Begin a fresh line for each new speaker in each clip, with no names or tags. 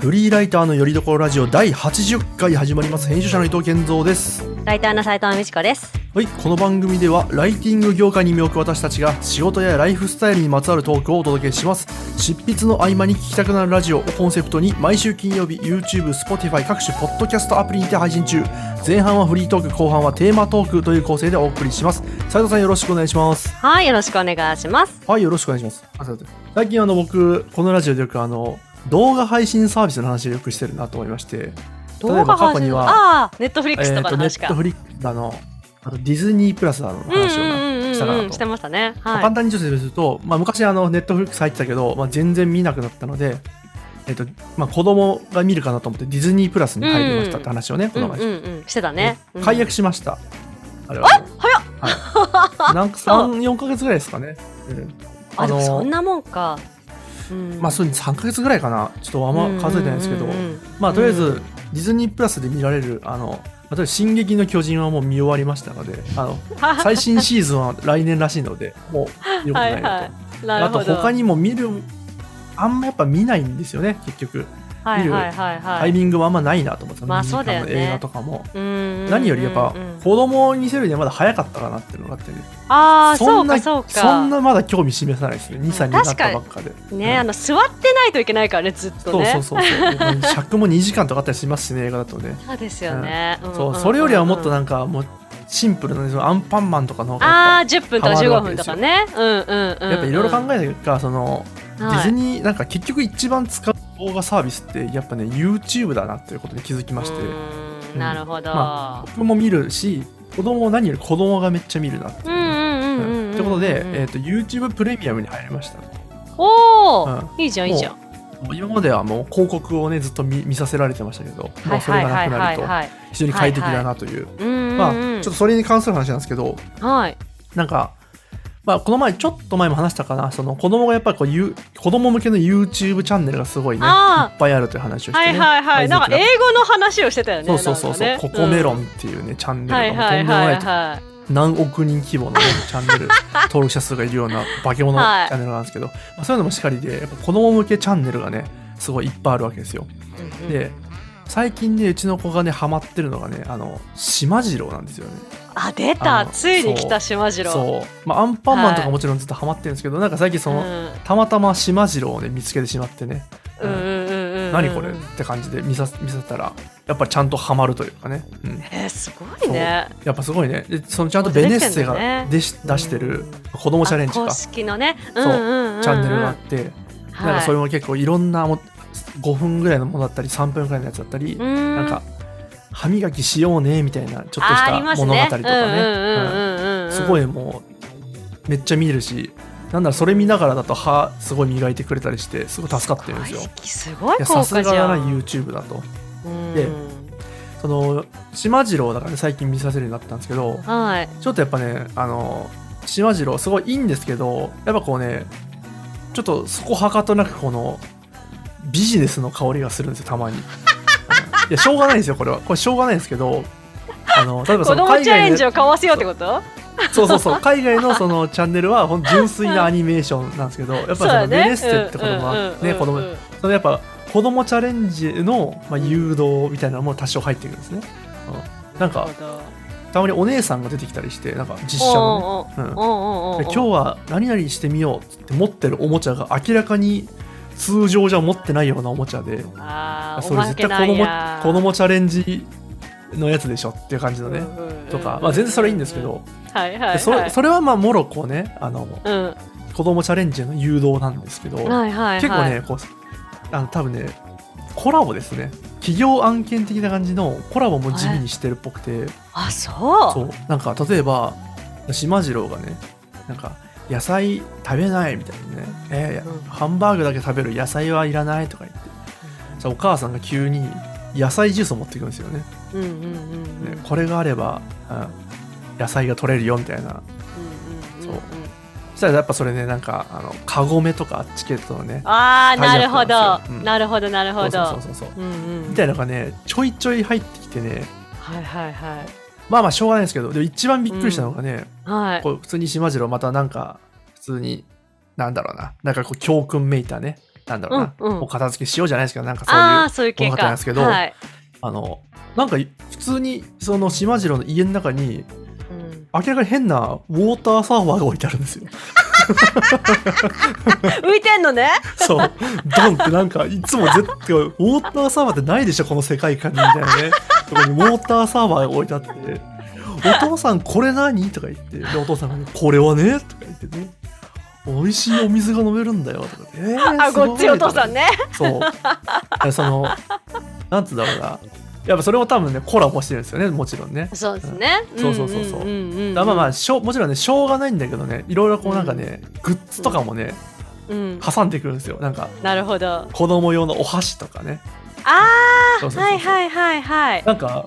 フリーライターのよりどころラジオ第80回始まります編集者の伊藤健三です
ライターの斉藤美智子です。
はいこの番組ではライティング業界に身を置く私たちが仕事やライフスタイルにまつわるトークをお届けします執筆の合間に聞きたくなるラジオをコンセプトに毎週金曜日 YouTube、Spotify 各種ポッドキャストアプリにて配信中前半はフリートーク後半はテーマトークという構成でお送りします斉藤さんよろしくお願いします
はい、よろしくお願いします。
はい、よろしくお願いします。あすいません最近あの僕、このラジオでよくあの、動画配信サービスの話をよくしてるなと思いまして、例えば過去には
ああー、ネットフリックス
え
と
っ
か
と、
の
ネ
話
ッ
か。
トフリックあの、あとディズニープラスの話をな
うんうんうんうん
したかな
して
と。
ましたね。
まあ
はい
簡。単に説明すると、まあ、昔あの、ネットフリックス入ってたけど、まあ、全然見なくなったので、えっと、まあ、子供が見るかなと思ってディズニープラスに入りましたって話をね、こ
うん
の
う
前
んうん、してたね。うん
解約しました。あれは。
早っ
はい、なんか3、4ヶ月ぐらいですかね。うん
あ、でも
の
そんなもんか。うん
まあ、そういう3ヶ月ぐらいかな、ちょっとあんま数えてないですけど、
うんうんうん
まあ、とりあえず、
うん
ディズニープラスで見られる、あの、まあ例えば進撃の巨人はもう見終わりましたので、あ の、最新シーズンは来年らしいので、もう見ることないなと。
はいはいなる
あと、
ほど。
他
に
にも見る、あんまやっぱ見ないんですよね、結局。
は
見
い
る
はいはいは
タイ
い。
ミングはあんまないなと思って、
まあ
見に
そうだよね
あの映画とかも。何
何
よりやっぱ、子供に見せるにはまだ早かったかなっていうのがあってね。
ああ、そ
そ
うんか
な
そうか。
そんなまだ興味示さないですね。2歳になったばっかで。
ね、
うん
あの座ってないといけないからね、ずっと
そう
ね。
そうそうそう尺も2時間とかあったりしますしね映画だとね、
そうですよね。んんん
そうそれよりはもっとなんかもうシンプルなねそのアンパンマンとかの方が
あ
や
あ
っ
10分とか15分とかねうんうんう
ぱ
ん
やっぱいろいろ考えた結果そのディズニーなんか結局一番使う動画サービスってやっぱね YouTube だなっていうことに気づきまして
てなるほど、
ま僕も見るし子供も何より子供がめっちゃ見るなって
う
いう
ん
ね。
うんうんうんうん
ってことで、えー、と YouTube プレミアムに入りました
おお、
う
いいじゃんいいじゃん
もう今まではもう広告をねずっと見見させられてましたけど、もうそれがなくなると
い
非常に快適だなという
うんうんうん
まあ、ちょっとそれに関する話なんですけど、
はい
なんか、まあ、この前、ちょっと前も話したかな、その子供がやっぱりこうゆ、子供向けの YouTube チャンネルがすごいね、いっ
あ
ぱいあるという話をして、
は
ね。
いはいはい、
改善
なんか
点が
英語の話をしてたよね
そうそうそうそう、
なんか
コ
ね
コメロ
う
ン
ん
っていうね、チャン
は
ネ
い
ルがもう
は
と
い
んでも
は
ないいと、
は
何億人規模 のね、チャンネル、登録者数がいるような化け物チ
はい
ャンネルなんですけど、まあ、そういうのもしかりで、やっぱ子供向けチャンネルがね、すごいいっぱいあるわけですよ。
い
で、最近ね、うちの子がね、ハマってるのがね、あの、島次郎なんですよね。
あ出
あ
た
の
ついに来た島次郎
そう、まあ、アンパンマンと
は
か
い
もちろんずっとハマってるんですけど、なんか最近その、
ん
たまたま島次郎をね見つけてしまってね、
うんうんうんうんうん
何これって感じで見さ見せたらやっぱりちゃんとハマるというかね、うん、
えー、すごいね
やっぱすごいねでそのちゃんとベネッセ
そう出てんだ
が
ね
出し出してる「子供チャレンジか」
あ公式のね
そう
うんうんうんうん
チャンネルがあって、なんかそれ
は
も結構いろんなも5分ぐらいのものだったり3分ぐらいのやつだったり、
いうん
なんか歯磨きしようねみたいなちょっとし
あーあ
た
りま
物
す
語
ね
とかねうん
うんうんうんうんうん
すごいもうめっちゃ見るしなんだろうそれ見ながらだと歯すごい磨いてくれたりしてすごい助かってるんですよ。
大好きすご
い
い
や
効
さすが
果じ
だ
ゃ
なん YouTube だと
うん
でその島次郎だから、ね、最近見させるようになったんですけど
はい
ちょっとやっぱねあの島次郎すごいいいんですけどやっぱこうねちょっとそこはかとなくこのビジネスの香りがするんですよた まにうんいやしょうがないですよこれはこれしょうがないですけどあの例えば
子
その
供
海
チャレ
外
ンジ
の
をかわせようってこと
そうそうそう海外のそのチャンネルはほんと純粋なアニメーションなんですけ どやっぱそのベネッセって子供はね子供そのやっぱ子供チャレンジの、まあ、誘導みたいなのも多少入ってくるんですね、うんなんかたまにお姉さんが出てきたりしてなんか実写のね
おう
うん
おうおうおうおうおう
で今日は何々してみようっつって持ってるおもちゃが明らかに通常じゃ持ってないようなおもちゃで
あー
それ絶対
お
子
まけ
供
なんや
子供チャレンジのやつでしょっていう感じのね、
うんうんうん
とか、まあ、全然それいいんですけど、
はいはいは
で
い
それそれはまあもろこうねあの
うん
子供チャレンジの誘導なんですけど、
はいはいはい
結構ねこうあの多分ねコラボですね企業案件的な感じのコラボも地味にしてるっぽくて、
あそう
そうなんか例えば島次郎がねなんか野菜食べないみたいなね、えーいや
うん
ハンバーグだけ食べる野菜はいらないとか言ってさお母さんが急に野菜ジュースを持ってくるんですよね
うんうんうんうんうん
ねこれがあれば、うん、野菜が取れるよみたいな
うんうん
そうそしたらやっぱそれねなんかあのカゴメとかチケットのね
ああなる
タ
ほ
イアッ
ど
プなんですようん
なるほどなるほ
そうそう
ど
そうそう
うんうん
みたいなのがねちょいちょい入ってきてね
はいはいはい
まあまあしょうがないですけどでも一番びっくりしたのがね、
はい
こう普通に島次郎またなんか普通になんだろうななんかこう教訓めいたねなんだろうな、
うんうん
お片付けしようじゃないですけどなんかそういう
ああ、そういう系
物語な
か。
んですけど
はい。
あのなんか普通にその島次郎の家の中に
うん
明らかに変なウォーターサーファーが置いてあるんですよ。
浮いてんのね。
そうドンってなんかいつも絶対ウォーターサーバーってないでしょこの世界観みたいなねそこにウォーターサーバーが置いてあって「お父さんこれ何?」とか言ってでお父さんが、ね「これはね」とか言ってね「美味しいお水が飲めるんだよ」とかね、えー
あ、
すごい
こっちお父さんね。
そうでそのなんつうんだろうなやっぱそれも多分ねコラボしてるんですよねもちろんね
そうですね。
そうそうそうそうん
んんん
だからまあまあしょうもちろんねしょうがないんだけどねいろいろこうなんかね、グッズとかもね
うん
挟んでくるんですよなんか
なるほど。
子供用のお箸とかね
ああ、
そうそうそうそう
はいはいはいはい。
なんか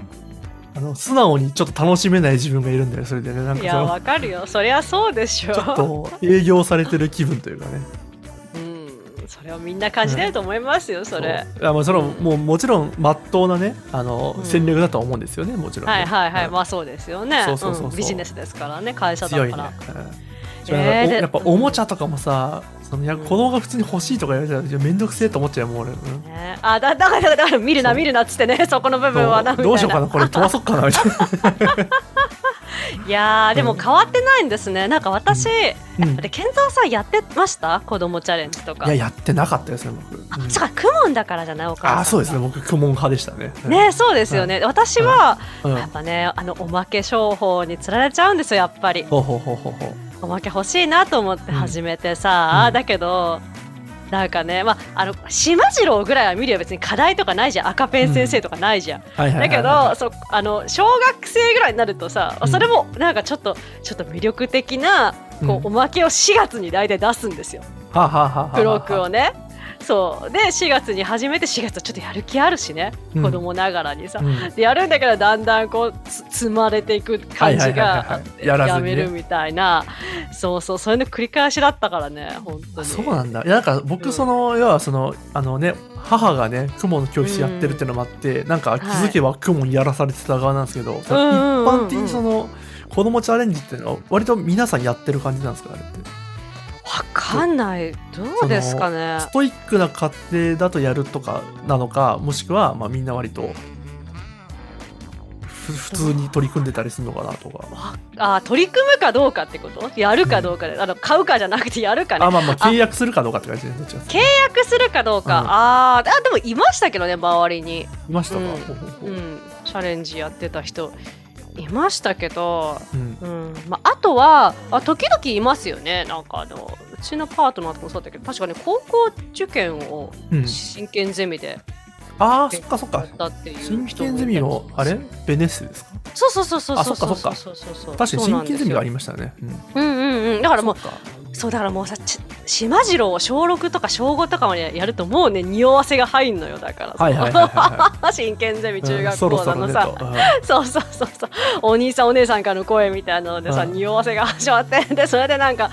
あの素直にちょっと楽しめない自分がいるんだよそれでねなんか
い
そ
や、
の
わかるよ。そりゃそうでしょ。
ちょっと営業されてる気分というかね
うん、それをみんな感じてると思いますよ、それ。
そういやまあそれはもうもちろん真っ当なねあの、
うん
戦略だとは思うんですよねもちろんね、
はいはいはい、
うん
まあそうですよね。
そうそうそうそうん
ビジネスですからね、会社だ
強い
か
ね
ら。、
うんそれなんか
えー
お
で
やっぱおもちゃとかもさそのいや子供が普通に欲しいとか言われたらいやめんどくせえと思っちゃうもん俺、うん
ね、あだだからだから見るな
そう
見るなっつってねそこの部分はなみたいな
どうしようかなこれ飛ばそっかなみ たいな、
いやーでも変わってないんですねなんか私、
うん
あれ健三さんやってました子供チャレンジとか
いややってなかったですね僕、うん
あそうかクモンだからじゃないお母さん
あーそうですね
ね
僕クモン派でしたねうん
ねそうですよね、私は、
うん
やっぱねあのおまけ商法につられちゃうんですよやっぱり
ほうほうほうほうほう
おまけ欲しいなと思って始めてさ、
うん
だけどなんかねまああの島次郎ぐらいは見るよ別に課題とかないじゃん赤ペン先生とかないじゃん、
はいはいは
だ
いは
け
い
どそうあの小学生ぐらいになるとさ、
うん
それもなんかちょっとちょっと魅力的なこう、
うん
おまけを4月に大体出すんですよ
はあはあはあはあ
付録をね。そうで4月に始めて4月はちょっとやる気あるしね、
うん
子供ながらにさ、
うん
でやるんだけどだんだんこうつ積まれていく感じがあっ
はい
て
はいはいはいやら
や
ずにね
めるみたいなそうそうそれの繰り返しだったからね本当に
そうなんだいやなんか僕その、要はそのあのね母がね雲の教室やってるってのもあって、なんか気づけば雲にやらされてた側なんですけど、その
うんうんうんうん
一般的にその子供チャレンジっていうのは割と皆さんやってる感じなんですかあれって
わかんないどうですかね
ストイックな家庭だとやるとかなのかもしくはまあみんな割とふ普通に取り組んでたりするのかなとか
あー取り組むかどうかってことやるかどうかで、あの買うかじゃなくてやるかね
あまあまあ契約するかどうかって感じでどっちか
契約するかどうか、
うん
あーあでもいましたけどね周りに、
いましたか、
うん
ほうほうほう
うん、チャレンジやってた人いましたけど、
うん
うんまあ、あとはあ時々いますよねなんかあのうちのパートナーとかもそうだったけど確かに高校受験を
うん
真剣ゼミで
ああそっかそっ
や
か
ったっていう人も
真
いた
剣
り
ゼミのあれベネッセですか
そうそうそうそう
あ
そ
そうっかそっか
そうそうそう
確かに真剣ゼミがあ
り
りましたね。うん
うんうんうんだからもう
そっか
そうだからもうさち島次郎を小6とか小5とかまでやるともうね匂わせが入んのよだからさ
はいはいはいは
真剣ゼミ
い。
中
うん
学
そろ
校
そ
な
ろ
の
ね
さ、
とうん
そうそうそうそうお兄さんお姉さんからの声みたいなのでさ、
うん
匂わせが始まって でそれでなんか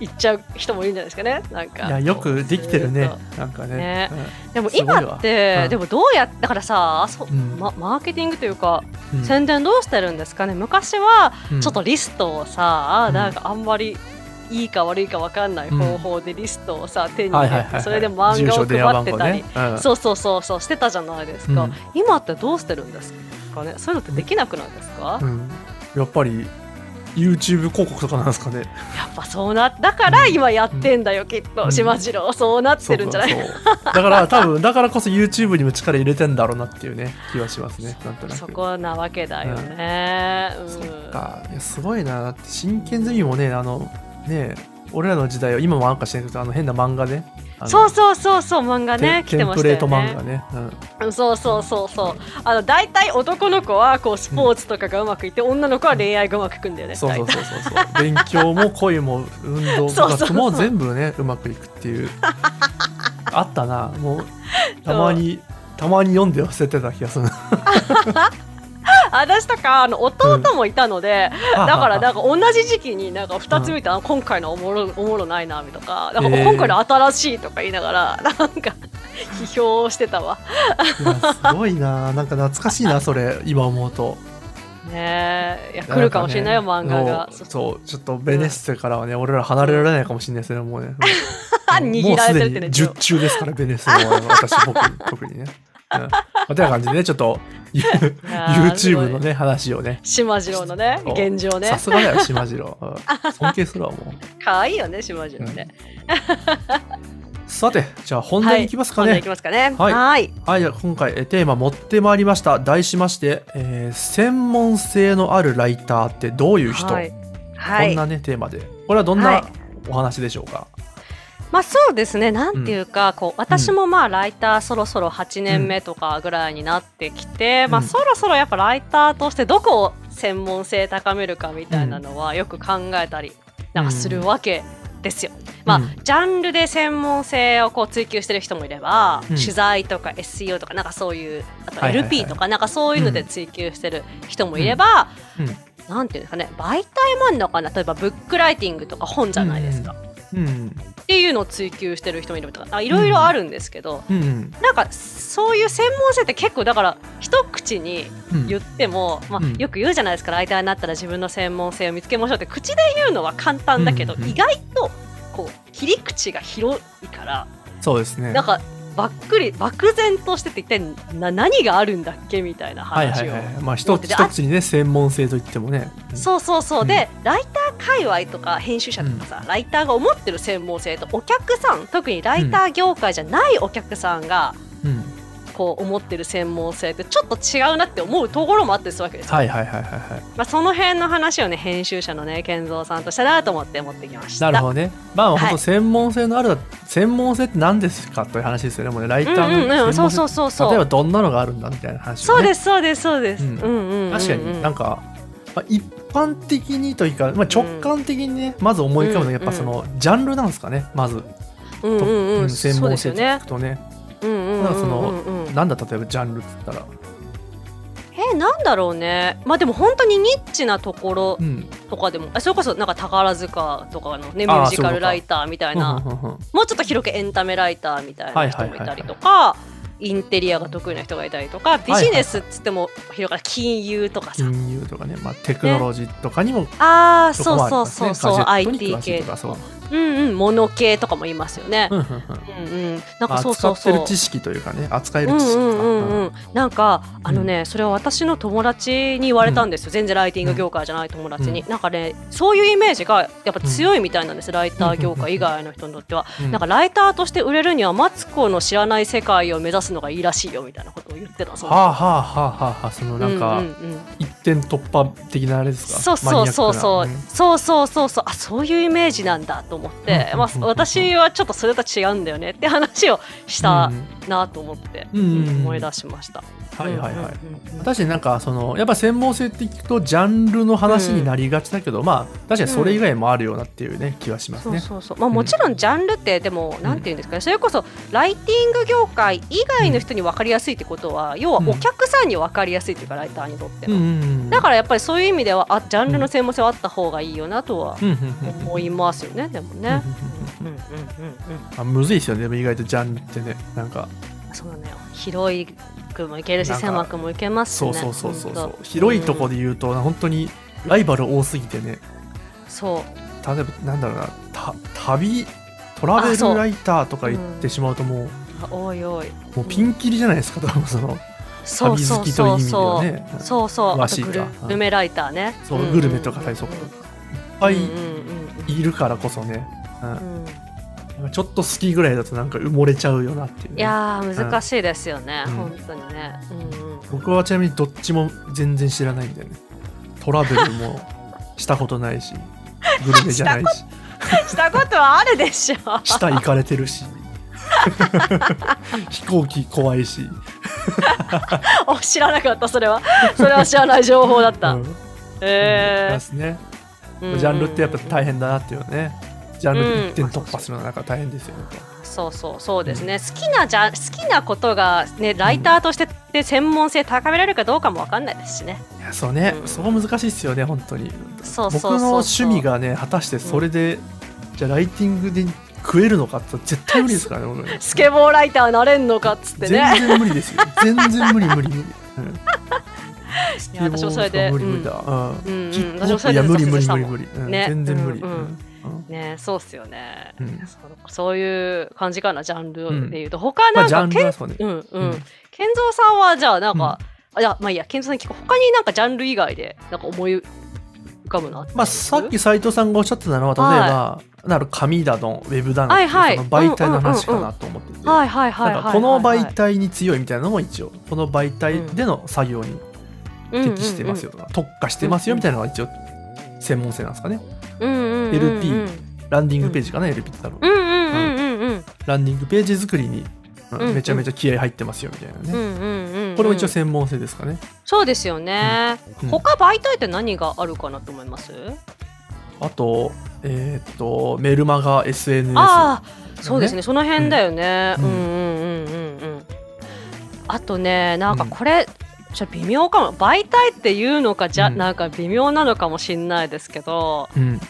行っちゃう人もいるんじゃないですかねなんか
いやよくできてるね。なんかね
ね。
うん
でも今っ
すごいわ
て、
うん
でもどうやだからさそう、
うん
まマーケティングというか、
うん
宣伝どうしてるんですかね昔はちょっとリストをさ、
うん
なんかあんまりいいか悪いか分かんない方法でリストをさ、手に
は
入
いは
れ
いはいは
て
い
それで漫画を
住所
配ってたり、。
電話番号ねうん
そうそうそうそうしてたじゃないですか、
うん
今ってどうしてるんですかねそういうのってできなくないですか、
うんやっぱり YouTube 広告とかなんですかね。
やっぱそうなだから今やってんだよ、きっ
う
と
ん
島次郎そうなってるんじゃない
そうそうだから多分だからこそ YouTube にも力入れてんだろうなっていうね気はしますね。なんとなく。
そこなわけだよね、うん
かいやすごいなだって真剣ゼミもねあのね俺らの時代は今もなんかしてるけどあの変な漫画ねあの
そうそうそうそう漫画
テ
ね来
テ
て
ン
ま
プ
した
レ
よ
ート漫画
ね
ね、うん、
うんそうそうそうそうあの大体男の子はこうスポーツとかがうまくいって、女の子は恋愛がうまくいくんだよね
そうそう
大体
そうそうそう勉強も恋も運動部
そうそうそう
活も全部ねうまくいくっていうあったなもうたまにたまに読んで忘れてた気がするだ
私とかあの弟もいたので、だからなんか同じ時期になんか2つ見た、あ今回のおもろおもろないなみたいななんか
へー
今回の新しいとか言いながらなんか 批評してたわ
す ごいななんか懐かしいなそれ今思うと
ねえいや来るかもしれないよ、
んか
漫
ね
画が
そう
そう
そ うちょっとベネッセからはね、俺ら離れられないかもしれないそれはもうね、うんも
握
う
ら
す
れて
で
るって
に
ね。
10中ですから、ベネッセ の私、僕、特にね。うんまあ、てな感じでね、ちょっ と、ゆ YouTube のね、話をね。
島次郎のね
そう
現状ね
さすがだよ、島次郎。うん尊敬するわ、も う。
可愛いよね島次郎ね、
さて、じゃあ本題に行きますか
今度い
ね
き。ますかね
は
はいい
はい、じゃあ今回えテーマ持ってまいりました。題しまして、えー専門性のあるライターってどういう人、
はいはい
こんなね、テーマで。これはどん
は
ないお話でしょうか。
まあそうですねなんていうか、こう私もまあライターそろそろ8年目とかぐらいになってきて、
うん
まあそろそろやっぱライターとしてどこを専門性高めるかみたいなのはよく考えたりなんかするわけですよ。まあ、
うん
ジャンルで専門性をこう追求してる人もいれば、
うん
取材とか SEO とかなんかそういうあと
はいはいはい
LP とかなんかそういうので追求してる人もいれば、
うん
なんていうんですかね媒体もあるのかな例えばブックライティングとか本じゃないですか、
うん、
っていうのを追求してる人もいるとかあいろいろあるんですけど、
うん、うん
なんかそういう専門性って結構だから一口に
うん。
言っても、まあ
うん、
よく言うじゃないですかライターになったら自分の専門性を見つけましょうって口で言うのは簡単だけど、
うんうん
意外とこう切り口が広いから
そうですね。
なんかばっくり漠然としてて一体な何があるんだっけみたいな
はいは
話
い
を。
はい。まあ一つ
で
一つにね、専門性といってもね。うん
そうそうそう、
うん
でライター界隈とか編集者とかさ、ライターが思ってる専門性とお客さん特にライター業界じゃないお客さんが
うん。
こう思ってる専門性ってちょっと違うなって思うところもあったりするわけですよ、
はいはいはいはいはい。
まあ、その辺の話をね編集者のね健三さんとしたなと思って持ってきました
なるほどね。まあ、
はい
本当専門性のある、専門性って何ですかという話ですよね。もうね、ライターの
うんうんう
専
んそう
門性
そうそうそう
例えばどんなのがあるんだみたいな話を
そう
ね
ですそうですそうです、
う
うんん、うんうんうん
確かになんか、まあ、一般的にというか、まあ、直感的にね、まず思い浮かぶのはやっぱそのジャンルなんですかねまず、
うん
と
うん
う
うんん
専
そう
門
です
性
よ
って聞
ね
くとね
うんうん
なんかその
うんうんうん
なんだ例えばジャンルっつったら、
えなんだろうねまあでも本当にニッチなところ
うん、
とかでもあそれこそなんか宝塚とかのねミュ
あー
ージカルライターみたいな
ふんふんふんふん
もうちょっと広くエンタメライターみたいな人もいたりとかインテリアが得意な人がいたりとかビジネスっつっても広がる金融とかさ、
金融とかね、まあ、テクノロジーとかにも
ああ
そこ
そ
はあ
う
り
そ
ま
う
すね
そうそう
ガジェットに
IT
詳しい
系
とかそう
うんうんモノ系とかもいますよね、
うんうんうん
うん、うんなん
まあ
かそうそう
扱っ
そ
て
う
る知識というかね扱え
う
る
ん
知識と
う
か
んうんうん、なんかあのね、それは私の友達に言われたんですよ、全然ライティング業界じゃない友達に、なんかねそういうイメージがやっぱ強いみたいなんです、ライター業界以外の人にとっては、
うん
なんかライターとして売れるにはマツコの知らない世界を目指すのがいいらしいよみたいなことを言ってたそう
はあはあはあはあはあそのなんか、
うんうんうん
一点突破的なあれですか
そうそうそうそ
マ
う、
ニアックな
そうそうそうそうあそういうイメージなんだと思って、
うん
まあ、私はちょっとそれと違うんだよねって話をし
う
た
ん
なと思って、
うんうんうん
うん思い出しました。
はいはいはい、
うんうんうん
確かになんかそのやっぱ専門性って聞くとジャンルの話になりがちだけど、まあ確かにそれ以外もあるようなっていうね、気はします
そう
ね。
そうそうまあ、もちろんジャンルってでも、なんていうんですかねそれこそライティング業界以外の人に分かりやすいってことは、要はお客さんに分かりやすいっていうかライターにとって
うん
の、
うんうん
だからやっぱりそういう意味ではあジャンルの専門性はあった方がいいよなとは
うんうんうん
思いますよね、でもね。
う
うんんうんうんうん
あむずいですよねでも意外とジャンルってねなんか
そうなのよ広くもいけるし
なんか
狭くもいけます
そ
ね
うそうそうそうそ
ほん
う
と
広いとこ
うん
で言うと、本当にライバル多すぎてね
そ
例えばなんだろうなた旅トラベ
あそ
ル
う
ライターとか言ってしまうともう,、
うおいおい
もうピンキリじゃないですか、多分その
そう
旅
そ
好
う
きという
そ
意
う
味ではね
そうそうそう
詳
あ
し
と
い
グ
か
ルメライターね
そうん
んん
グルメとかはいそうかいっぱい
うんうん
いるからこそね、うん
うんうん
ちょっと好きぐらいだとなんか埋もれちゃうよなっていうね、
いやー難しいですよね、
うん
本当にね、うんうん、
僕はちなみにどっちも全然知らないんだよねトラベルもしたことないしグルメじゃないし
したことはあるでしょ
下行かれてるし飛行機怖いし、
お知らなかったそれは それは知らない情報だっ
う
た、
ん、
え
ですね
え
ジャンルってやっぱ大
変
変だなっていうのはねジャンルで一点
うん
突破するのはなんか大変ですよね、
そうそうそうですね、好きなじゃ好きなことがねライターとしてで専門性高められるかどうかもわかんないですしね。
いやそうね、
うん
そこ難しいですよね本当に
そうそうそうそう
僕の趣味がね果たしてそれで、じゃあライティングで食えるのかって絶対無理ですからね僕ね
スケボーライターなれんのかっつってね。
全然無理ですよ全然無理無理無理、うん、
いや 私もそれで
無理無理だ、うん
うんうん
キック
私もそれ
い
で
や無理無
挫折
理
した
無
もん
理無理、うん
ね
全然無理、
うんうん
うん
ねそうっすよね、
うん
そうそういう感じかなジャンルでいうと、他
ま
な
あ
ん
ジャ
か
ンル
けん、
はそうね
うんうん、
うん
健三さんはじゃあなんか、あいやまあいいや健三さんに聞こう他になんかジャンル以外でなんか思い浮かぶのあったり
まあ、
す
さっき斉藤さんがおっしゃってたのは例えば、なる紙だのウェブだのっていう
はいはい
その媒体の話かなと思ってて、
はいはいはいはい
なんかこの媒体に強いみたいなのも一応この媒体での作業に適してますよとか、特化してますよみたいなのが一応専門性なんですかね
うんうんうん
LP
うん
ランディングページかな、LP って多分、
うんうんうんうん
ランディングページ作りに、うん
うんうん
めちゃめちゃ気合入ってますよみたいなね、
うんうんうんうん
これも一応専門性ですかね、
そうですよね、
うん
他媒体って何があるかなと思います、
あとえーっとメルマガ SNS
ああそうですねその辺だよね、う、
うんん
うんうんうんうんあとねなんかこれ、ちょっと微妙かも媒体っていうのかじゃ、
うん
なんか微妙なのかもしんないですけど
うん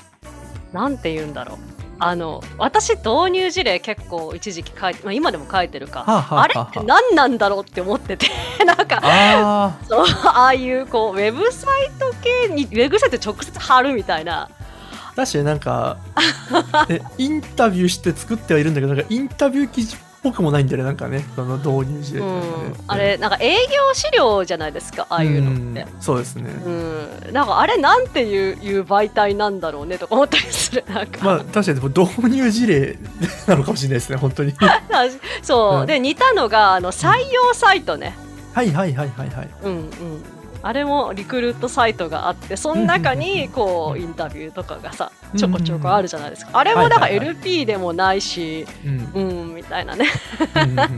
なんて言うんだろうあの私導入事例結構一時期書いて、まあ、今でも書いてるか、
はあはあはあ
あれって何なんだろうって思って てなんか
あー
そうああいうこうウェブサイト系にウェブサイト直接貼るみたいな
だしなんかえインタビューして作ってはいるんだけどなんかインタビュー記事っぽくもないんだよねなんかねその導入事例
う
みたいなね
ん、あれなんか営業資料じゃないですかああいうのって。
うんそうですね、
うん、なんかあれなんていういう媒体なんだろうねとか思ったりするなんか、
まあ確かにでも導入事例なのかもしれないですね本 当には
そう、
うん
で似たのがあの採用サイトね、
いはいはいはいはい
うんうん、あれもリクルートサイトがあってその中にこうインタビューとかがさちょこちょこあるじゃないですかあれもだから
はいはいは
LP でもないし、
うん、うん
うんみたいなね
うんうんまあ、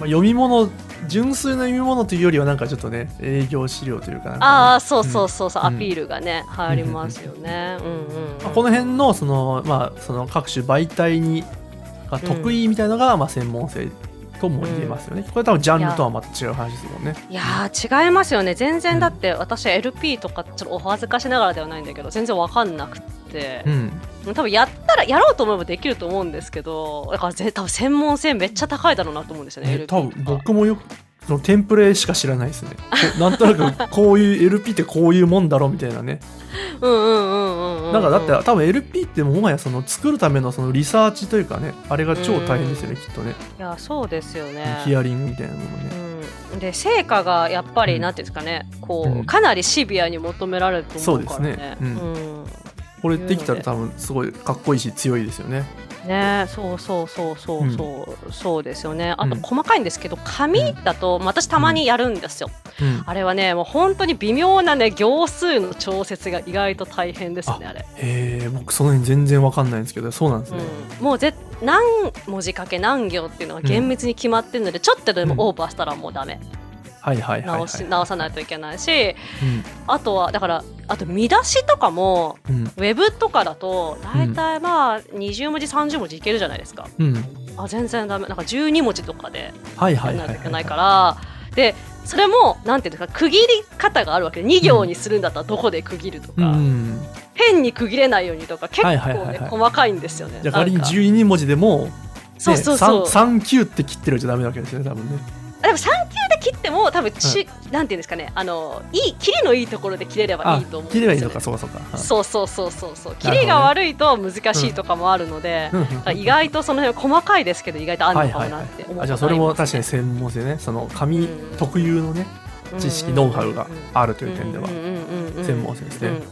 読み物純粋な読み物というよりはなんかちょっとね営業資料というかなんかね、
ああそうそうそうそう、
うん
アピールがね入りますよね、うんうんうん
まあこの辺のその,、まあ、その各種媒体にが得意みたいなのが、まあ、専門性とも言えますよね、これ多分ジャンルとはまた違う話ですもんね
いやー違いますよね全然だって私 LP とかちょっとお恥ずかしながらではないんだけど全然わかんなくって
う、ん
多分やったらやろうと思えばできると思うんですけどだからぜ多分専門性めっちゃ高いだろうなと思うんですよね、
え
LP と
多
か
分僕もよくそのテンプレしか知らない ですねこうなんとなくこういう LP ってこういうもんだろみたいなね
うんうんうんうんうん
なんかだって多分 LP ってもはやその作るためのそのリサーチというかねあれが超大変ですよねきっとね
いやそうですよね
ヒアリングみたいなのもね
うんで成果がやっぱり、
うん
なんていうんですかねこう、
うん
かなりシビアに求められると思うからね
そうですねうん
うん
これできたら多分すごいかっこいいし強いですよね
ねそうそうそうそうそう、そうですよねあと細かいんですけど紙だと、まあ私たまにやるんですよ、
うん
あれはねもう本当に微妙なね行数の調節が意外と大変ですねあれ、
へえ僕その辺全然わかんないんですけどそうなんですね
うん、もうぜ何文字かけ何行っていうのが厳密に決まってるので、ちょっとでもオーバーしたらもうダメ、
はいはいはいは
直し直さないといけないし
い
あとはだからあと見出しとかも
うんうん
ウェブとかだと大体まあ20文字30文字いけるじゃないですか、
うん
あ全然ダメなんか12文字とかで
はい
や
は
ら
い
な
はいい
といけない
は
か
い
ら、でそれもなんていうんですか区切り方があるわけで2行にするんだったらどこで区切ると
う
か、
ん
変に区切れないようにとか結構ね、
はいはいはいはい
細かいんですよね。
じゃあ仮に
なんか
12文字でも
そうそうそう
39って切ってるじゃダメなわけですよね多分ね
でも3級で切っても多分ち、なんていうんですかねあのいい切りのいいところで切れればいいと思うんです
切
よ、ね、
ればいいのかそうかそうかはい
そうそうそうそうそう
ほど
切
ね
りが悪いと難しいとかもあるので、
うんうん
だから意外とその辺細かいですけど意外とあるのかもなって思うこと
あじゃあそれも
りま
確
す
か
ね
に専門性ねその紙
うん
特有のね知識ノウハウがあるという点では
うんうんうんうん
専門性ですね、
うん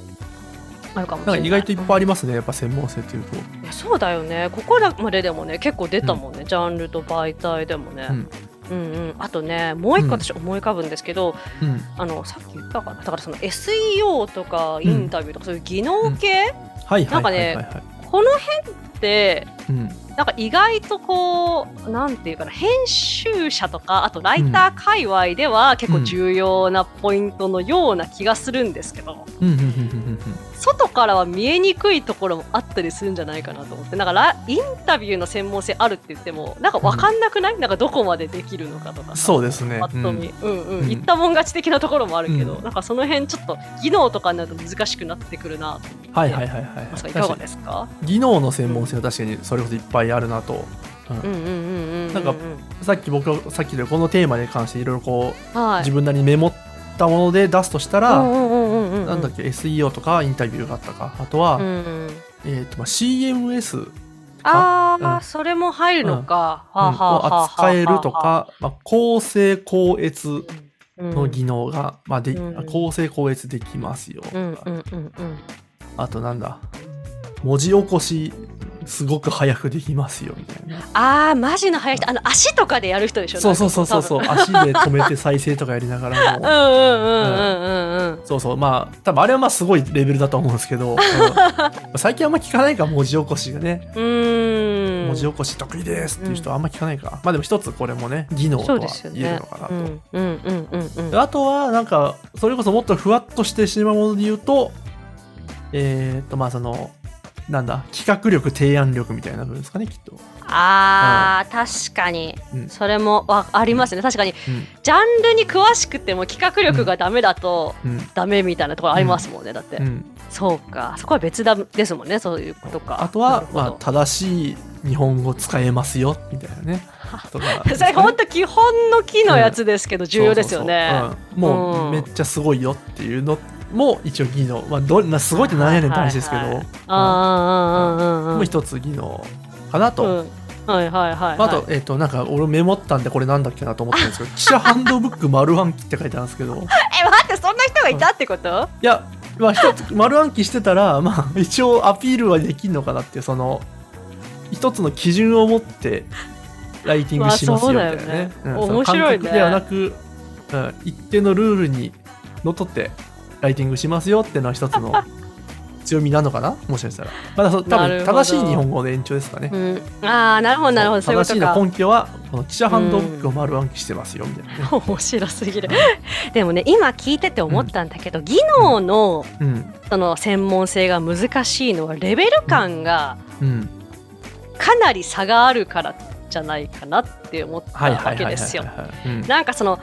あるかもし
な
れ
ん
な
か
い
意外といっぱいありますねやっぱ専門性っていうと、
いやそうだよねここらまででもね結構出たもんね、ジャンルと媒体でもね、
うん
うんうんあとねもう一個
うん
私思い浮かぶんですけど、
うん、
あのさっき言ったかなだからその SEO とかインタビューとか、そういう技能系、
はい
な
は
ん
い
か
は
ね
いはいはい
この辺って
うん
なんか意外とこうなんていうかな編集者とかあとライター界隈では結構重要なポイントのような気がするんですけど、
うんうんうんうん
外からは見えにくいところもあったりするんじゃないかなと思ってなんかラインタビューの専門性あるって言ってもなんか分かんなくない、なんかどこまでできるのかと
う
か
ん
さ
そうですね
ぱっと見、うんうん
うん
言ったもん勝ち的なところもあるけど、
うん
なんかその辺ちょっと技能とかになると難しくなってくるなと
うんはいはいはいはい
思いますがい
確
かが
か
ですか
に技能の専門性は確かにそれほどいっぱいあるなと、うん
うんうんうんうんうん
なんかさっき僕はさっきのこのテーマに関していろいろこう、
はい
自分なりにメモったもので出すとしたら、
うんうんうんうんうん
なんだっけ SEO とかインタビューがあったかあとは、
うんうん
えーとまあ、CMS
ああ、
うん
それも入るのか。はあはあはあは
を
あ
扱えると。か、まあ、公正公越
うん
の技能が、まあで
うん
公正公越できますよとか、
うんうんうんうん。
あとなんだ文字起こしすごく早くできますよみたいな
ああ、マジの速い人。あの、足とかでやる人でしょ
そうそうそうそうそう足で止めて再生とかやりながら
うん
も
うんうんうんうんうん。
そうそうまあ多分あれはまあすごいレベルだと思うんですけ ど、うん最近あんま聞かないから文字起こしがね
うーん。
文字起こし得意ですっていう人はあんま聞かないから、まあでも一つこれもね技能と
そう
は
ですよ
言える
ね
のかな。
う
と。
んうんうんうんうん。
あとはなんかそれこそもっとふわっとしてしまうもので言うとえーっとまあそのなんだ企画力提案力みたいな部分ですかねきっと、
ああ、確かに。
うん
それもわありますね。確かに、ジャンルに詳しくても企画力がダメだと、
うんうん
ダメみたいなところありますもんね、だって、
うん、
そうかそこは別だですもんねそういうことか
あとは、まあ、
なるほど
正しい日本語使えますよみたいなね。 とか
それ本当基本の木のやつですけど重要ですよね。
そうそうそううんもう、
うん
めっちゃすごいよっていうのも一応技能、まあ、どなすごいって何やねんって話ですけど、
はいはいはい
うん
ああああああ
もう一つ技能かなと。
うんはいはいはいはい。
あと、えっ、と、なんか、俺メモったんで、これなんだっけなと思ったんですけど、 記者ハンドブック丸暗記って書いてあるんですけど、
え待ってそんな人がいたってこと？
いや、まあ、一つ、丸暗記してたら、まあ、一応アピールはできんのかなっていう、その、一つの基準を持って、ライティングしますよ、みたいなね。
まあそうだよね
んその
面白いね
感覚ではなく、うん、一定のルールにのっとって、ライティングしますよっていうのは一つ の強みなのかなもしかしたら。まだ、そう多
なる
分、
ほど
正しい日本語の延長ですかね
う。ん。ああなるほどなるほどそういうこ
正しい
と
の
か。
根拠は、この記者ハンドブックを丸暗記してますよ、みたいなね。
面白すぎる。 でもね今聞いてて思ったんだけど、技能の
うん。
その専門性が難しいのはレベル感が
うん。
かなり差があるからじゃないかなって思った
はいは
わ
いはい
け
はい
ですよ。
はい。うん
なんかその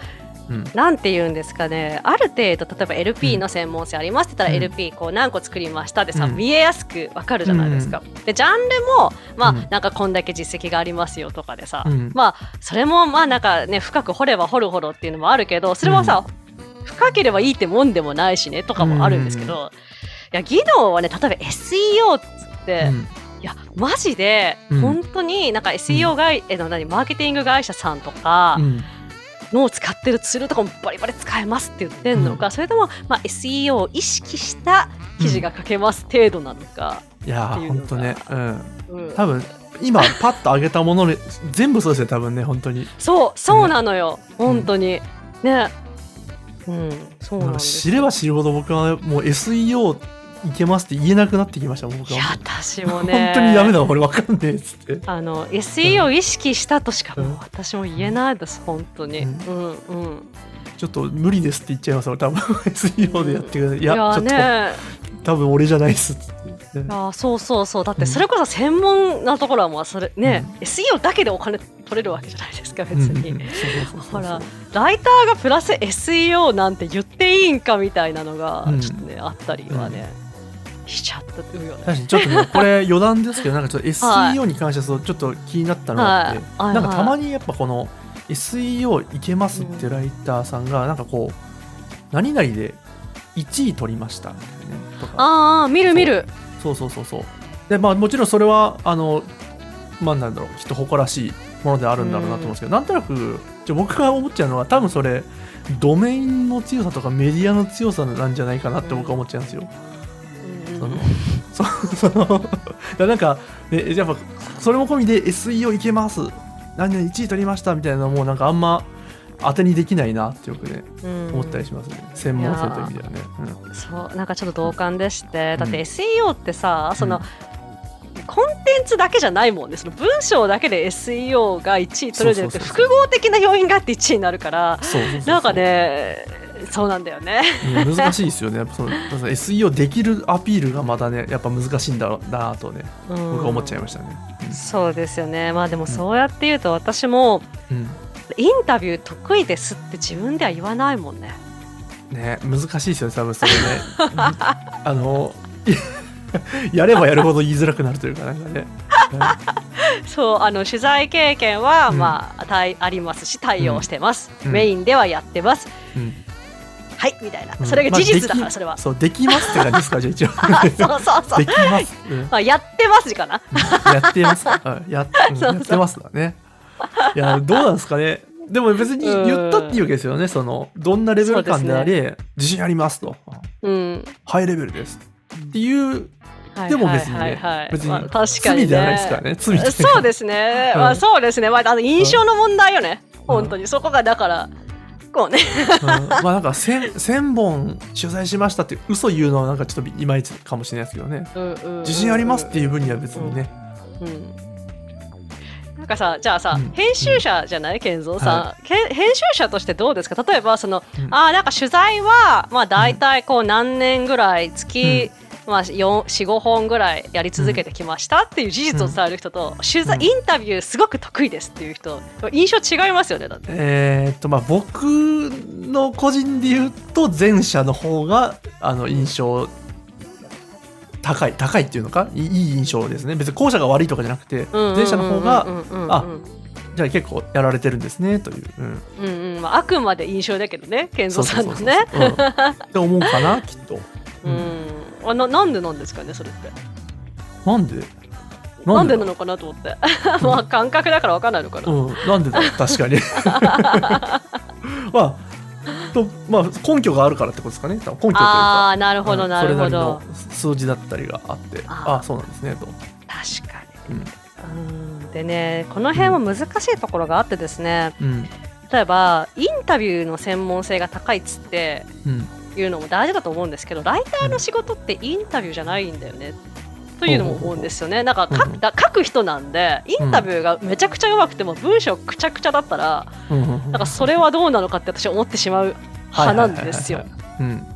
うん。
なんて言うんですかねある程度例えば LP の専門性ありますって言ったら
うん
LP こう何個作りましたでさ、
うん
見えやすくわかるじゃないですか。でジャンルもまあ、
うん
なんかこんだけ実績がありますよとかでさ、
うん
まあそれもまあなんかね深く掘れば掘るほどっていうのもあるけどそれもさ、深ければいいってもんでもないしねとかもあるんですけど、いや技能はね例えば SEO っつって。
うん
いやマジで、
うん
本当になんか SEO 会、えの何マーケティング会社さんとか
うん
のを使ってるツールとかもバリバリ使えますって言ってんのか、それとも、まあ、SEO を意識した記事が書けます程度なのか、
いや
ってい
ー、ほ
うのが
んとね。うん。
うん
多分 今パッと上げたもので全部そうですよ多分ね本当に
そうそうなのよ、本当にねうんそうな
な
ん
ん
で
か
す
知れば知るほど僕はもう SEO いけますって言えなくなってきましたもう僕
いや
は
私も
本
ね
当にダメだわ俺わかんねえっつって
あの SEO を意識したとしか
う
も
ん
う私も言えないです本当に、う
うんん、
うん
ちょっと無理ですって言っちゃいます俺多分 SEO でやってくれい
い
や
や
ちょっと、
ね
多分俺じゃないっすっつって
いやそうそうそうだってそれこそ専門なところはもうそれね、SEO だけでお金取れるわけじゃないですか別に、
うんうんうんそうそうそうそう
ほらライターがプラス SEO なんて言っていいんかみたいなのが
うん
ちょっとね、あったりはね、しちゃったよね。
確かにちょっとねこれ余談ですけどなんかちょっと
はい
SEO に関してはそうちょっと気になったのがあって、
はいはい
なんかたまにやっぱこの SEO いけますってライターさんがなんかこう何々で1位取りましたみたいなねとか
ああ見る見る。
そうそうそうそうでまあもちろんそれはあのまあなんだろうきっと誇らしいものであるんだろうなと思うんですけど、なんとなくちょ僕が思っちゃうのは多分それドメインの強さとかメディアの強さなんじゃないかなって僕は思っちゃうんですよ。その、 そそ の、いやなんか、ね、やっぱ、それも込みで SEO いけます。何々1位取りましたみたいなのも、なんかあんま当てにできないなってよくね、思ったり
し
しますね。専門性という意味ではね。
そうなんかちょっと同感でして
ん
だって SEO ってさその、
うん
コンテンツだけじゃないもんねその文章だけで SEO が1位取れるんじゃなくて
そうそう
複
そう
合的な要因があって1位になるから
そうそうそうそう
なんか、ねそうなんだよね。
いや難しいですよね。やっぱその、その SEO できるアピールがまたね、やっぱ難しいんだろうなとね、僕は思っちゃいましたね。
そうですよねまあでもそうやって言うと私も
うん。うん
インタビュー得意ですって自分では言わないも んね
ね、難しいですよね、多分それ ね。うんあの、 やればやるほど言いづらくなるというか、なんかね。うん
そうあの取材経験は、
うん
まあたいありますし対応してます、
うん
メインではやってます、
うん
はいみたいな、それが事実だからそれは、
そうできますって感じですかじゃあ一応
そうそう そ
で
う
きます、うん
まあやってますかな
やって ますうんやうん
そうそう
やってますだねいやどうなんですかねでも別に言ったっていうわけですよねそのどんなレベル感であれ自信ありますと
うん
ハイレベルですっていう
はい
でも別にね、
はいはいはい
別に
まあ確かにね
罪じゃないですからね罪って
そうですね、
うん
まあ、そうですね、まあ、あの印象の問題よね、
ん
本当に、そこがだから、こうね、
うんまあなんか 1000, 1000本取材しましたって嘘言うのはなんかちょっといまいちかもしれないですけどね自信ありますっていう分には別にね、
うんなんかさじゃあさ、
うん
編集者じゃない健三さん、け編集者としてどうですか例えばその、
うん
あーなんか取材はまあ大体こう何年ぐらい月、まあ、45本ぐらいやり続けてきましたっていう事実を伝える人と、取材
うん
インタビューすごく得意ですっていう人印象違いますよねだって
えーっとまあ僕の個人で言うと前者の方があの印象高い高いっていうのかいいいい印象ですね別に後者が悪いとかじゃなくて前者の方
う
が
んうんうんうん
あじゃあ結構やられてるんですねという、うん、
うんうんまあ、あくまで印象だけどね健三さんのね
そうそうそうそう、うんって思うか なきっと、
う
うん
んあななんでなんですかねそれって
なんで
なんでなのかなと思って まあ感覚だからわかんないのかな、
うん、なんでだろう確 かにまあとまあ根拠があるからってことですかね多分根拠という
あ
か
あなるほ
う
ど
ん
なる
それな
ほど
りの数字だったりがあって
あー
ああそうなんですねと
確かに、うん、でねこの辺は難しいところがあってですね
うん
例えばインタビューの専門性が高いっつって
うん
いうのも大事だと思うんですけどライターの仕事ってインタビューじゃないんだよねというのも思うんですよねなんか書くだ書く人なんでインタビューがめちゃくちゃ上手くても文章くちゃくちゃだったら
うんうんうん
なんかそれはどうなのかって私は思ってしまう派なんですよ
はい。はいはいはい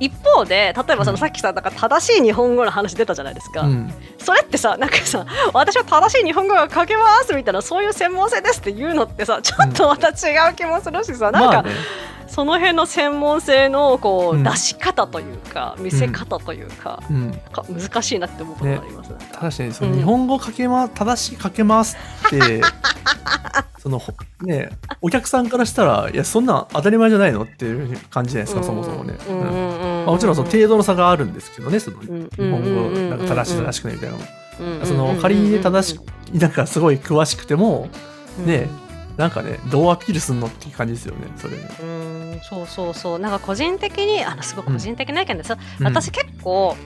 一方で例えばそうの
ん
さっきさなんか正しい日本語の話出たじゃないですか、
うんうん
それってさなんかさ私は正しい日本語が書けますみたいなそういう専門性ですって言うのってさちょっとまた違う気もするしさ、なん
ま
か、
あね
その辺の専門性のこう、
うん
出し方というか見せ方というか,、
うん
か難しいなって思うことがありますね。
確かにその
うん
日本語かけま正しいかけますって そのほねお客さんからしたらいやそんなん当たり前じゃないのっていう感じじゃないですかそもそもね、
うんう
うん
んうんうん
まあ、もちろんその程度の差があるんですけどねその日
うん
本語なんか正しい正
し
しくないみたいなの
い
その仮にね正しくなんかすごい詳しくてもねなんかねどうアピールすんのっていう感じですよねそれね、
うんそうそうそうなんか個人的にあのすごい個人的な意見です、
うん
私結構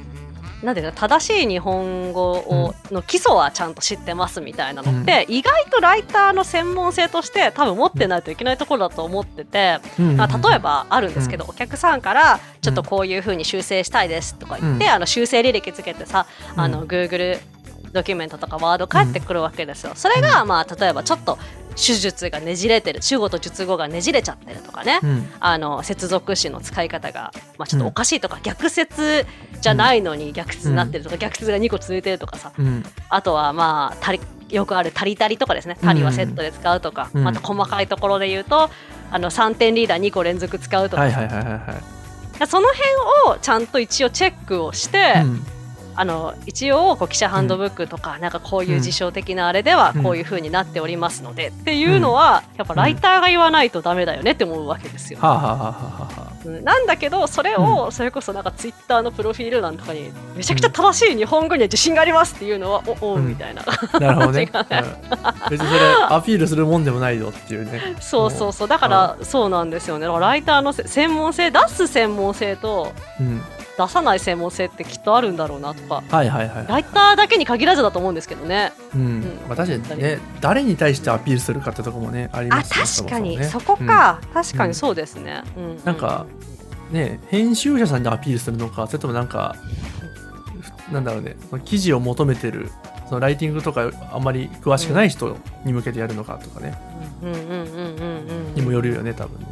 なんていうの正しい日本語を、の基礎はちゃんと知ってますみたいなのって、意外とライターの専門性として多分持ってないといけないところだと思ってて、
うん
あ例えばあるんですけど、お客さんからちょっとこういうふうに修正したいですとか言って、
うん
あの修正履歴つけてさ、
うん
あの Google ドキュメントとかワード返ってくるわけですよ。それが、まあ、例えばちょっと手術がねじれてる主語と術語がねじれちゃってるとかね、
うん
あの接続詞の使い方が、まあ、ちょっとおかしいとか、逆説じゃないのに逆説になってるとか、逆説が2個続いてるとかさ
うん
あとはまあたりよくある「タリタリ」とかですね「タリ」はセットで使うとか、
うん
また細かいところで言うとあの3点リーダー2個連続使うとか、
はいはいはいはいは
その辺をちゃんと一応チェックをして、
い、うん
あの一応こう記者ハンドブックとか、なんかこういう事象的なあれでは
うん
こういうふうになっておりますので、っていうのはやっぱライターが言わないとダメだよねって思うわけですよ。
はあ、はあはあはあはあ
うんなんだけどそれをそれこそなんかツイッターのプロフィール欄とかにめちゃくちゃ正しい日本語には自信がありますっていうのはおおう
うん
みたいな、
なるほどね。
違
う
う
ん別にそれアピールするもんでもないよっていうね。
そうそうそうだからそうなんですよねだからライターのせ専門性出す専門性と
うん。
出さない専門性ってきっとあるんだろうなとか
はいはいはい。
ライターだけに限らずだと思うんですけどね
うん。まあ確かにね、誰に対してアピールするかってとこもね、ありますよねももね
確
かに
そうですね、うん
うんなんか、ね、編集者さんにアピールするのか、それともなんか、なんだろうね、その記事を求めてる、そのライティングとかあんまり詳しくない人に向けてやるのかとかね、
うんうんうんうん
にもよるよね、多分ね。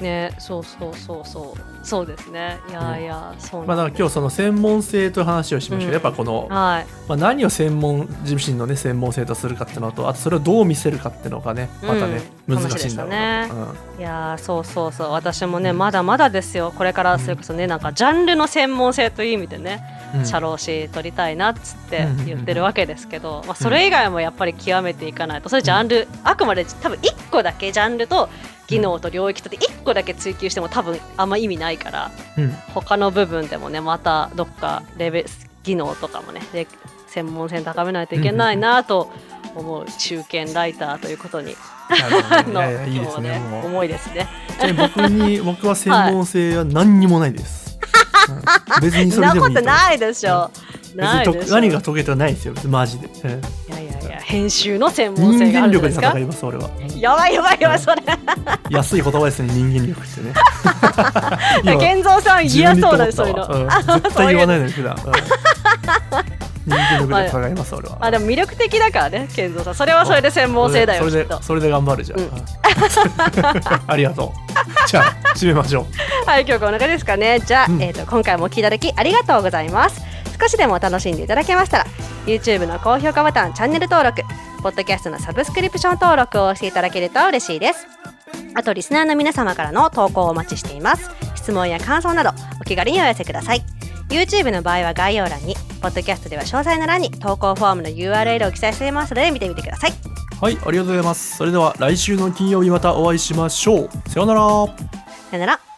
ねそうそうそうそうそうですねいやいや、そう
まあだ
な
から
んです
今日その専門性という話をしましたけど、
うん
やっぱこの
はい
まあ、何を専門自身のね専門性とするかってのとあとそれをどう見せるかってのがねまたね、
うん
難しいんだろうなと、
いやーそうそうそう私もねまだまだですよこれからそれこそねなんかジャンルの専門性という意味でね、
うんうん
社労士取りたいなっつって
うん
言ってるわけですけど、まあ、それ以外もやっぱり極めていかないとそれジャンル、あくまで多分1個だけジャンルと技能と領域とで1個だけ追求しても多分あんま意味ないから
うん
他の部分でもねまたどっかレベ技能とかもねで専門性高めないといけないなと思う中堅ライターということに
なるほどねい
の
やいやいいですね
今日
もう
重いですね。
ちなみに僕に僕は専門性は何にもないです、うん別に
そ
そ
ん
れ
な
でも
こ
いいと
と
思う
ないでしょ。ない
別に
でし
と
ょ。
何
い
が解けてはないですよマジで、うん
やいやいや編集の専門
人
性があ
間
る
力で
んですか
戦。います俺は
やばいやばいやばいそれ。
安い言葉ですね人間力って ね
健三さん
自分
嫌
で言
そうだ
っ
ね
て
そうい
思
う
った
の。
わうん 絶対言わないのに普段、うん人間力で戦います俺は、
まあでも魅力的だからね健三さん。それはそれで専門性だよ
そ
き
れ
っ
で
と。
それで頑張るじゃん、
うん
ありがとうじゃあ締めましょう
はい、今日こんな感じですかね。じゃあ、
うん
えっ、と、今回もお聞きいただきありがとうございます。少しでも楽しんでいただけましたら、YouTube の高評価ボタン、チャンネル登録、ポッドキャストのサブスクリプション登録を押していただけると嬉しいです。あと、リスナーの皆様からの投稿をお待ちしています。質問や感想など、お気軽にお寄せください。YouTube の場合は概要欄に、ポッドキャストでは詳細の欄に投稿フォームの URL を記載していますので見てみてください。
はいありがとうございますそれでは来週の金曜日またお会いしましょうさようなら
さよなら。